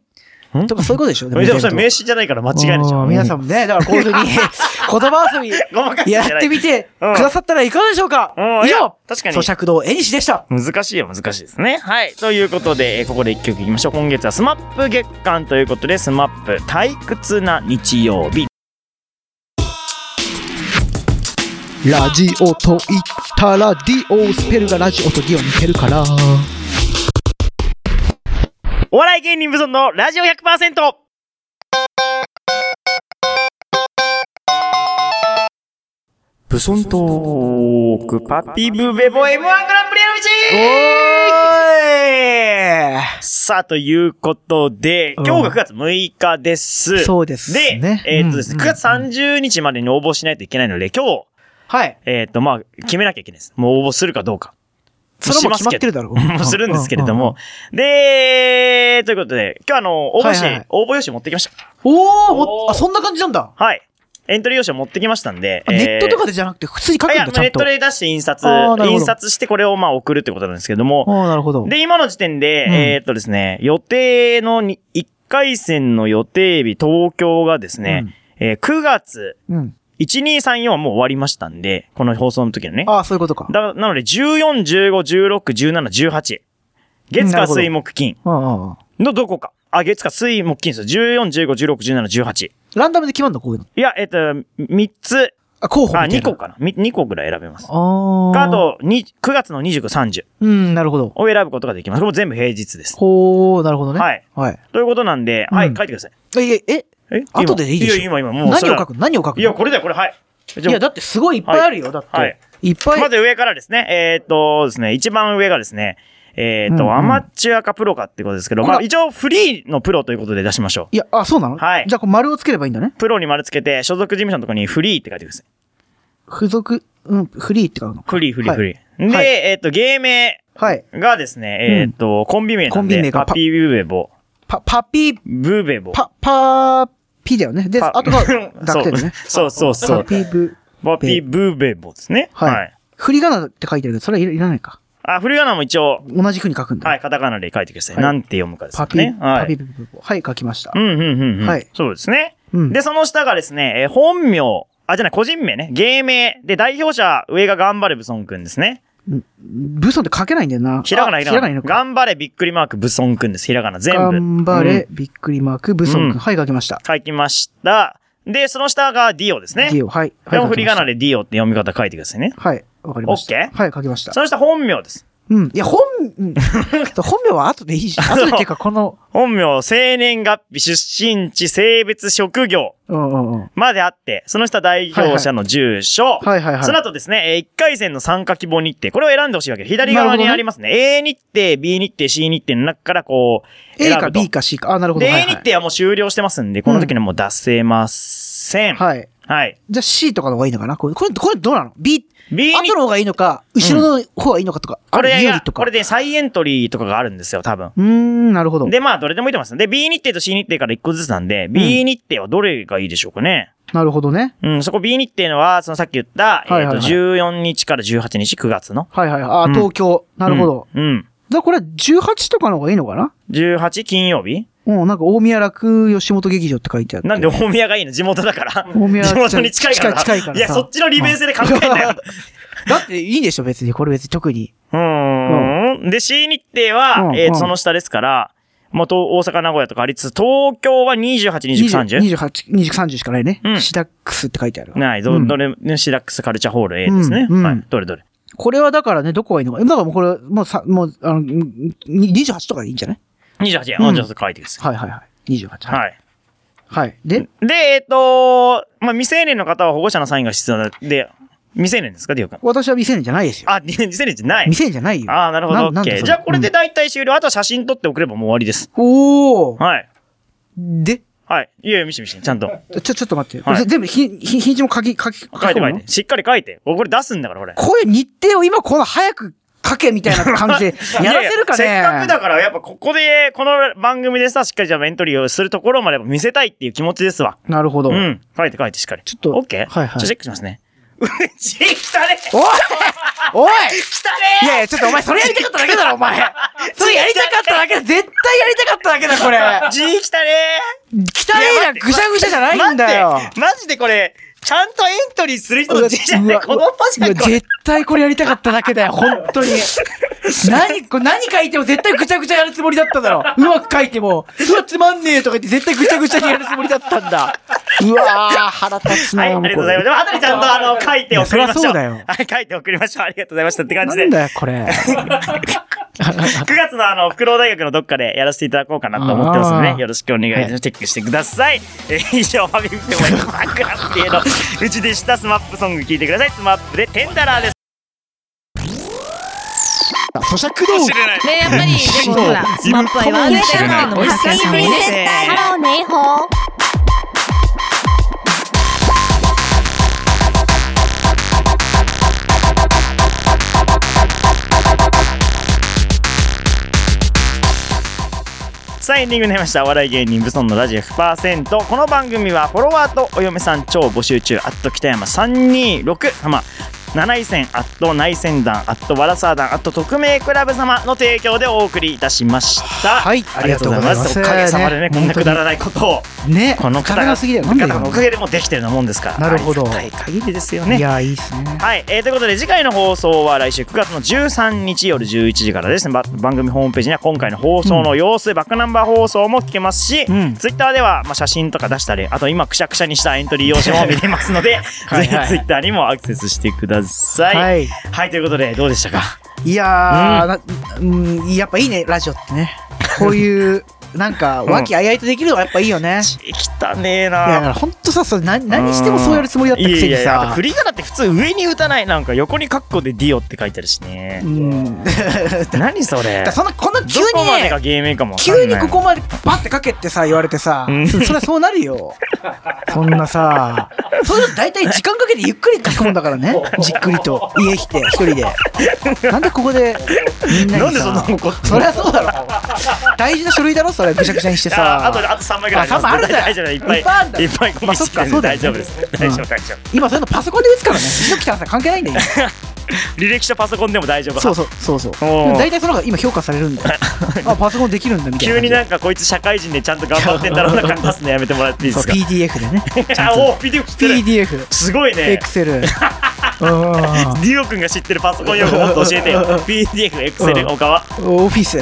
[SPEAKER 1] ん
[SPEAKER 2] とかそういうことでしょ
[SPEAKER 1] でもそれ名
[SPEAKER 2] 刺
[SPEAKER 1] 詞じゃないから間違いでしょ。
[SPEAKER 2] 皆さんもね、だからこういうふうに、 言葉遊び、
[SPEAKER 1] ごまかして
[SPEAKER 2] や
[SPEAKER 1] んじゃ
[SPEAKER 2] っ
[SPEAKER 1] ない
[SPEAKER 2] てみてく
[SPEAKER 1] うん
[SPEAKER 2] ださったらいかがでしょうか
[SPEAKER 1] うんい
[SPEAKER 2] 以
[SPEAKER 1] や
[SPEAKER 2] 上、
[SPEAKER 1] 確かに
[SPEAKER 2] 咀嚼堂えにしでした。
[SPEAKER 1] 難しいは難しいですね。はい。ということで、えーここで一曲いきましょう。今月はスマップ月間ということで、スマップ退屈な日曜日。
[SPEAKER 2] ラジオと言ったら、ディオスペルがラジオとディオ似てるから。
[SPEAKER 1] お笑い芸人無尊のラジオ100%ブソントークパピブベボ M1 グランプリ
[SPEAKER 2] お
[SPEAKER 1] LG!
[SPEAKER 2] ー
[SPEAKER 1] さあ、ということで、
[SPEAKER 2] うん
[SPEAKER 1] 今日が9月6日です。
[SPEAKER 2] いそうです
[SPEAKER 1] で、
[SPEAKER 2] ね。
[SPEAKER 1] えーっとですね、
[SPEAKER 2] うん
[SPEAKER 1] 9月30日までに応募しないといけないので、今日、
[SPEAKER 2] はい。
[SPEAKER 1] えーっと、まあ、決めなきゃいけないです。もう応募するかどうか。
[SPEAKER 2] それはもう決まってるだろう。
[SPEAKER 1] もうするんですけれども。で、ということで、今日あの、応募紙、
[SPEAKER 2] はいはい
[SPEAKER 1] 応募用紙持ってきました。
[SPEAKER 2] うん。おー
[SPEAKER 1] お
[SPEAKER 2] も
[SPEAKER 1] ー
[SPEAKER 2] あ、そんな感じなんだ。
[SPEAKER 1] はい。エントリー用紙を持ってきましたんで。
[SPEAKER 2] あネットとか
[SPEAKER 1] で
[SPEAKER 2] でじゃなくて、普通に書く
[SPEAKER 1] い
[SPEAKER 2] ん
[SPEAKER 1] や、
[SPEAKER 2] だ、ちゃ
[SPEAKER 1] ネ
[SPEAKER 2] ん
[SPEAKER 1] ッ
[SPEAKER 2] と。
[SPEAKER 1] トで出して印刷
[SPEAKER 2] あーな、るほど
[SPEAKER 1] 印刷してこれをまあ送るってことなんですけれども。
[SPEAKER 2] おーなるほど。
[SPEAKER 1] で、今の時点で、
[SPEAKER 2] うん
[SPEAKER 1] えーっとですね、予定のに1回戦の予定日、東京がですね、えー9月
[SPEAKER 2] うん。
[SPEAKER 1] 1234はもう終わりましたんで、この放送の時のね。
[SPEAKER 2] ああ、そういうことか。
[SPEAKER 1] だなので、14、15、16、17、18。月
[SPEAKER 2] な
[SPEAKER 1] 火
[SPEAKER 2] るほど
[SPEAKER 1] 水木金
[SPEAKER 2] うんうんうん。
[SPEAKER 1] のどこか。あ、月火水木金ですよ。14、15、16、17、18。
[SPEAKER 2] ランダムで決まるのこういうの。
[SPEAKER 1] いや、えっと、3つ、
[SPEAKER 2] あ、候補み
[SPEAKER 1] あ、
[SPEAKER 2] たいな。
[SPEAKER 1] 2個かな。み2個ぐらい選べます。
[SPEAKER 2] ああ。
[SPEAKER 1] あ。と、に9月の29、30
[SPEAKER 2] うん、なるほど。
[SPEAKER 1] を選ぶことができます。これも全部平日です。
[SPEAKER 2] ほー、なるほどね。
[SPEAKER 1] はい。
[SPEAKER 2] はい。
[SPEAKER 1] ということなんで、
[SPEAKER 2] うん
[SPEAKER 1] はい、書いてください。
[SPEAKER 2] え、え、え
[SPEAKER 1] え
[SPEAKER 2] 後でいいでしょ
[SPEAKER 1] や、今、今、もうそ
[SPEAKER 2] 何
[SPEAKER 1] れ
[SPEAKER 2] を
[SPEAKER 1] は。
[SPEAKER 2] 書くの何を書く
[SPEAKER 1] いや、
[SPEAKER 2] の
[SPEAKER 1] これだよ、これ、はい。
[SPEAKER 2] いや、だってすごいいっぱいあるよ。だっ
[SPEAKER 1] はい
[SPEAKER 2] て。いっぱ
[SPEAKER 1] ま
[SPEAKER 2] い。
[SPEAKER 1] ず上からですね、えーっとですね、一番上がですね、えーっと、
[SPEAKER 2] うんうん
[SPEAKER 1] アマチュアかプロかってことですけど、
[SPEAKER 2] これ
[SPEAKER 1] まあ一応フリーのプロということで出しましょ
[SPEAKER 2] いや、あ、そうなの
[SPEAKER 1] はい
[SPEAKER 2] じゃあ、こう丸をつければいいんだね
[SPEAKER 1] う。。プロに丸つけて、所属事務所のところにフリーって書いてください。
[SPEAKER 2] 付属、うん、フリーって書くの。
[SPEAKER 1] フリー、フリー、
[SPEAKER 2] はい
[SPEAKER 1] フリー。で、
[SPEAKER 2] はい
[SPEAKER 1] えーっと、芸名
[SPEAKER 2] はい。
[SPEAKER 1] がですね、えーっと、コンビ名なん
[SPEAKER 2] コンビ
[SPEAKER 1] で、
[SPEAKER 2] 名が
[SPEAKER 1] パ
[SPEAKER 2] パ
[SPEAKER 1] ピーブーベボ、
[SPEAKER 2] パ、パピー、
[SPEAKER 1] ブーベボ。
[SPEAKER 2] パ、パーピーだよね。で、
[SPEAKER 1] パ
[SPEAKER 2] あとが
[SPEAKER 1] そ
[SPEAKER 2] 濁点
[SPEAKER 1] う
[SPEAKER 2] だね。
[SPEAKER 1] そうそうそう
[SPEAKER 2] パ。ピーブ。
[SPEAKER 1] パピーブーベボですね。
[SPEAKER 2] はい
[SPEAKER 1] はい。
[SPEAKER 2] 振り仮名って書いてあるけど、それはいらないか。
[SPEAKER 1] あ、振り仮名も一応、
[SPEAKER 2] 同じ風に書くんだ。
[SPEAKER 1] はい、カタカナで書いてください。
[SPEAKER 2] はい
[SPEAKER 1] なんて読むかです
[SPEAKER 2] パ
[SPEAKER 1] よ
[SPEAKER 2] ピ
[SPEAKER 1] ね
[SPEAKER 2] ー、。
[SPEAKER 1] は
[SPEAKER 2] パピ
[SPEAKER 1] い。
[SPEAKER 2] ーブブブブ。はい、書きました
[SPEAKER 1] う。ん、うん、うん。うん
[SPEAKER 2] はい
[SPEAKER 1] そうですね。
[SPEAKER 2] うん
[SPEAKER 1] で、その下がですね、えー本名、あ、じゃない、個人名ね、芸名。で、代表者、上が頑張れブソンくんですね。
[SPEAKER 2] ブソンって書けないんだよな。
[SPEAKER 1] ひらがな、
[SPEAKER 2] あ
[SPEAKER 1] ひ
[SPEAKER 2] ひ
[SPEAKER 1] ら
[SPEAKER 2] らが
[SPEAKER 1] が
[SPEAKER 2] な
[SPEAKER 1] な。
[SPEAKER 2] のか。
[SPEAKER 1] 頑張れ、びっくりマーク、ブソンくんです。ひらがな、全部。
[SPEAKER 2] 頑張
[SPEAKER 1] う
[SPEAKER 2] れ
[SPEAKER 1] ん、
[SPEAKER 2] びっくりマーク、ブソ
[SPEAKER 1] う
[SPEAKER 2] ン
[SPEAKER 1] ん
[SPEAKER 2] 君。はい、書きました。
[SPEAKER 1] 書きました。で、その下がディオですね。
[SPEAKER 2] ディオ、はい。
[SPEAKER 1] これも振り仮名
[SPEAKER 2] で。
[SPEAKER 1] でディオって読み方書いてくださいね。
[SPEAKER 2] はい、わかりました。
[SPEAKER 1] オッケー
[SPEAKER 2] はい、書きました
[SPEAKER 1] そ。の下、本名です。
[SPEAKER 2] うん。いや、本、うん 本名は後でいいし、後でっていうか、この、
[SPEAKER 1] 本名、生年月日、出身地、性別、職業
[SPEAKER 2] うんうんうん。
[SPEAKER 1] まであって、その下、代表者の住所。
[SPEAKER 2] はいはいはい。
[SPEAKER 1] その後ですね、え1回戦の参加希望日程、これを選んでほしいわけで左側にありますね。A 日程、B 日程、C 日程の中からこう、
[SPEAKER 2] A
[SPEAKER 1] 選
[SPEAKER 2] か
[SPEAKER 1] ぶと。
[SPEAKER 2] B か C か。あ、なるほど。
[SPEAKER 1] で、
[SPEAKER 2] はい
[SPEAKER 1] A 日程はもう終了してますんで、この時にはもう出せません。
[SPEAKER 2] はい。はい。
[SPEAKER 1] はい。
[SPEAKER 2] じゃあ C とかの方がいいのかなこれ、これ、これどうなの ?B、
[SPEAKER 1] B
[SPEAKER 2] 後
[SPEAKER 1] 日
[SPEAKER 2] の方がいいのか、後ろの方がいいのかとか、
[SPEAKER 1] こ
[SPEAKER 2] ある
[SPEAKER 1] れ
[SPEAKER 2] いより
[SPEAKER 1] が、
[SPEAKER 2] と
[SPEAKER 1] こ
[SPEAKER 2] か。
[SPEAKER 1] れ
[SPEAKER 2] う
[SPEAKER 1] で再エントリーとかがあるんですよ、多分。
[SPEAKER 2] ーん、なるほど。
[SPEAKER 1] で、まあ、どれでもいいと思います。で、B 日程と C 日程から1個ずつなんで、B 日程はどれがいいでしょうかね。
[SPEAKER 2] なるほどね。
[SPEAKER 1] うん、そこ B 日程は、そのさっき言った、
[SPEAKER 2] はいはいはい
[SPEAKER 1] えっと、14日から18日、9月の。
[SPEAKER 2] はいはい。あ
[SPEAKER 1] う
[SPEAKER 2] ー、
[SPEAKER 1] ん
[SPEAKER 2] 東京。なるほど。
[SPEAKER 1] うん。うん。
[SPEAKER 2] じゃあこれは18とかの方がいいのかな
[SPEAKER 1] 18金曜日
[SPEAKER 2] うん、なんか大宮楽吉本劇場って書いてあって。
[SPEAKER 1] なんで大宮がいいの地元だから。
[SPEAKER 2] 大宮
[SPEAKER 1] 地元に近いから。
[SPEAKER 2] 近い近いから
[SPEAKER 1] や、
[SPEAKER 2] さ
[SPEAKER 1] そっちの利便性で考えんなよ。
[SPEAKER 2] だっていいでしょ、別に。これ別に特に。
[SPEAKER 1] うーん。で、C 日程は、
[SPEAKER 2] うん
[SPEAKER 1] えー
[SPEAKER 2] うん
[SPEAKER 1] その下ですから、まあ、と大阪、名古屋とかありつつ、東京は28、29、30?
[SPEAKER 2] 20 28、20、30しかないね。
[SPEAKER 1] うん
[SPEAKER 2] シダックスって書いてあるわ。
[SPEAKER 1] ない、
[SPEAKER 2] う
[SPEAKER 1] ど、
[SPEAKER 2] ん
[SPEAKER 1] どれ、ねシダックスカルチャーホール A ですね。
[SPEAKER 2] うんうん
[SPEAKER 1] はい。どれどれ。
[SPEAKER 2] これはだからね、どこがいいのか。だからもうこれ、もうさ、もう、あの、に28とかでいいんじゃない
[SPEAKER 1] 28、
[SPEAKER 2] うん
[SPEAKER 1] あ、じゃあ書いてくださ
[SPEAKER 2] はいはいはい。28。
[SPEAKER 1] い。
[SPEAKER 2] はい。
[SPEAKER 1] はい。
[SPEAKER 2] はい。で、
[SPEAKER 1] で、えっ、とまあ、未成年の方は保護者のサインが必要なで、未成年ですか、ディオ君。
[SPEAKER 2] 私は未成年じゃないですよ。
[SPEAKER 1] あ、未成年じゃない。
[SPEAKER 2] 未成年じゃないよ。
[SPEAKER 1] ああ、なるほど。オ
[SPEAKER 2] な
[SPEAKER 1] ッ
[SPEAKER 2] んだ
[SPEAKER 1] ケ
[SPEAKER 2] そ
[SPEAKER 1] ー。
[SPEAKER 2] れ
[SPEAKER 1] じゃあ、これで大体終了。あとは写真撮っておければもう終わりです。
[SPEAKER 2] おー。
[SPEAKER 1] はい。
[SPEAKER 2] で、
[SPEAKER 1] はい。いやいや、見して見して、ちゃんと。
[SPEAKER 2] ちょ、ちょっと待って。
[SPEAKER 1] はい
[SPEAKER 2] これ全部、ひ、ひ、日にちも書き、書き、書
[SPEAKER 1] 書いて
[SPEAKER 2] く
[SPEAKER 1] 書
[SPEAKER 2] の
[SPEAKER 1] いて。しっかり書いて。これ出すんだから、これ。
[SPEAKER 2] こういう日程を今この早く書けみたいな感じで やらせるか ね
[SPEAKER 1] いやいやせっかくだから、やっぱここで、この番組でさ、しっかりじゃあエントリーをするところまでやっぱ見せたいっていう気持ちですわ。
[SPEAKER 2] なるほど。
[SPEAKER 1] う
[SPEAKER 2] おい
[SPEAKER 1] ん。書いて書いて、しっかり。
[SPEAKER 2] ちょっと
[SPEAKER 1] オッケー
[SPEAKER 2] はいはい
[SPEAKER 1] じゃあチェックしますね。うち、来たね来
[SPEAKER 2] おい
[SPEAKER 1] たね
[SPEAKER 2] いやいや、ちょっとお前、それやりたかっただけだろ、お前 それやりたかっただけだ絶対やりたかっただけだ、これ
[SPEAKER 1] じー来たね
[SPEAKER 2] 汚いな、ぐしゃぐしゃじゃないんだよ
[SPEAKER 1] 待ってマジでこれ、ちゃんとエントリーする人の字じゃ
[SPEAKER 2] う
[SPEAKER 1] ない
[SPEAKER 2] わ
[SPEAKER 1] 子供じゃん、
[SPEAKER 2] うわ
[SPEAKER 1] これ。
[SPEAKER 2] 絶対これやりたかっただけだよ、本 当に。何、これ何書いても絶対ぐちゃぐちゃやるつもりだっただろう。うまく書いても、うわ、つまんねえとか言って絶対ぐちゃぐちゃにやるつもりだったんだ。うわー、腹立つな
[SPEAKER 1] はい、ありがとうございます。でも、あたりちゃんと、あの、書いて送りましょう。
[SPEAKER 2] いやそりゃそうだよ
[SPEAKER 1] はい、書いて送りましょう。ありがとうございましたって感じ
[SPEAKER 2] な
[SPEAKER 1] で
[SPEAKER 2] ん。だよ、これ。
[SPEAKER 1] 9月のあの、福労大学のどっかでやらせていただこうかなと思ってますので、
[SPEAKER 2] あー
[SPEAKER 1] ね、よろしくお願いします。チェックしてください。えー以上、ファミリーテーマパクラステのうちでした。スマップソング聞いてください。スマップでテンダラーです。
[SPEAKER 3] 咀嚼道具
[SPEAKER 1] ない。
[SPEAKER 4] ね、やっぱり、でもほら、スマップはワールドカップの発生さんもね。
[SPEAKER 5] ハローネイホー。
[SPEAKER 1] さあ、エンディングになりました。お笑い芸人、ブソンのラジオ100%。この番組は、フォロワーとお嫁さん超募集中、あっと北山326様、七井線、あっと内線団、あっとわらさー団、あっと特命クラブ様の提供でお送りいたしました。
[SPEAKER 2] はい
[SPEAKER 1] ありがとうございます。おかげさまでね、こんなくだらないことを、
[SPEAKER 2] ね
[SPEAKER 1] この方
[SPEAKER 2] が
[SPEAKER 1] が、
[SPEAKER 2] すぎだよ。
[SPEAKER 1] こ
[SPEAKER 2] なん
[SPEAKER 1] の方
[SPEAKER 2] だ
[SPEAKER 1] のおか
[SPEAKER 2] よ。
[SPEAKER 1] げでもうできてるようなもんですから。
[SPEAKER 2] なるほど
[SPEAKER 1] ありがたい限りですよ
[SPEAKER 2] い
[SPEAKER 1] ね。
[SPEAKER 2] やいいっすね。
[SPEAKER 1] はい、えー、ということで次回の放送は来週9月の13日夜11時からですねば番組ホームページには今回の放送の様子、バックナンバー放送も聞けますし、
[SPEAKER 2] うん
[SPEAKER 1] ツイッターでは、まあ、写真とか出したりあと今くしゃくしゃにしたエントリー用紙も見れます ので
[SPEAKER 2] はいはい
[SPEAKER 1] ぜひツイッターにもアクセスしてください。は
[SPEAKER 2] はいい。
[SPEAKER 1] ということでどうでしたか
[SPEAKER 2] いやーなうん、やっぱいいね、ラジオってね。こういう、 なんか、和気あいあいとできるのはやっぱいいよね。
[SPEAKER 1] 汚ねえ
[SPEAKER 2] いや、だか
[SPEAKER 1] な
[SPEAKER 2] らほんとさ、それ何何してもそうやるつもりだった
[SPEAKER 1] い
[SPEAKER 2] く
[SPEAKER 1] や
[SPEAKER 2] せ
[SPEAKER 1] い
[SPEAKER 2] に
[SPEAKER 1] やいやあと
[SPEAKER 2] さ
[SPEAKER 1] 振。り仮名って普通上に打たないなんか横にカッコで「ディオ」って書いてあるしね
[SPEAKER 2] うん。だか
[SPEAKER 1] 何それ
[SPEAKER 2] らそんな、こんな急
[SPEAKER 1] どこ
[SPEAKER 2] に
[SPEAKER 1] までが
[SPEAKER 2] ね、
[SPEAKER 1] 芸名かもわかんな
[SPEAKER 2] 急
[SPEAKER 1] い
[SPEAKER 2] にここまでパッてかけってさ、言われてさ
[SPEAKER 1] うん、
[SPEAKER 2] そりゃそうな るよ。そんなさ、そういうの大体時間かけてゆっくり書き込んだからね。じっくりと。家来て、一人で。なんでここで、みんなにさ。
[SPEAKER 1] なんでそんなの怒ってんの
[SPEAKER 2] そりゃそうだろ。大事な書類だろ、それ。ぐちゃぐちゃにして
[SPEAKER 1] あ
[SPEAKER 2] さ。
[SPEAKER 1] あとあと3枚ぐらいります
[SPEAKER 2] あ三枚あるんだ
[SPEAKER 1] 大丈夫いっぱい
[SPEAKER 2] いっぱいあるんだ
[SPEAKER 1] いっぱいゴミ
[SPEAKER 2] まあそっか
[SPEAKER 1] 捨てて
[SPEAKER 2] そうだ
[SPEAKER 1] 大
[SPEAKER 2] よ
[SPEAKER 1] 丈夫です大丈夫大丈夫
[SPEAKER 2] 今そういうのパソコンで打つからね。一来たらさ関係ないんだよ。
[SPEAKER 1] 履歴書パソコンでも大丈夫
[SPEAKER 2] 今そうそうそうそう。
[SPEAKER 1] おー
[SPEAKER 2] 大体その方が今評価される んだよ。あパソコンできるんだみたいな。
[SPEAKER 1] 急になんかこいつ社会人でちゃんと頑張ってんだろうな感じ出すのやめてもらっていいで
[SPEAKER 2] そう
[SPEAKER 1] すか
[SPEAKER 2] PDF でね。
[SPEAKER 1] あおー PDF 知ってる
[SPEAKER 2] PDF、
[SPEAKER 1] すごいね
[SPEAKER 2] Excel。
[SPEAKER 1] ディオ君が知ってるパソコン用語もっと教えてよ PDF、
[SPEAKER 2] う
[SPEAKER 1] Excel、
[SPEAKER 2] ん
[SPEAKER 1] おかわ
[SPEAKER 2] オフ ィス。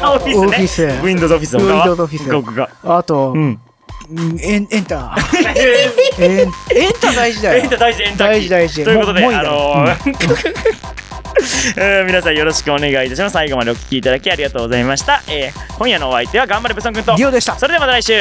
[SPEAKER 1] あオフ
[SPEAKER 2] オフ
[SPEAKER 1] ィ
[SPEAKER 2] ィ
[SPEAKER 1] ス
[SPEAKER 2] ス
[SPEAKER 1] ね Windows オフィスおかわ
[SPEAKER 2] Windows Office
[SPEAKER 1] ごくが
[SPEAKER 2] あと
[SPEAKER 1] う、ん
[SPEAKER 2] うんエンエンター。
[SPEAKER 1] えー
[SPEAKER 2] エンエンター大事だ
[SPEAKER 1] エン
[SPEAKER 2] よ
[SPEAKER 1] タ。大事エンタ
[SPEAKER 2] 大事大事
[SPEAKER 1] ということで
[SPEAKER 2] もうもういい
[SPEAKER 1] あ
[SPEAKER 2] だ
[SPEAKER 1] のーえー 皆さんよろしくお願いいたします最後までお聞きいただきありがとうございました、えー今夜のお相手は頑張れブソン君と
[SPEAKER 2] ディオでした。
[SPEAKER 1] それではまた来週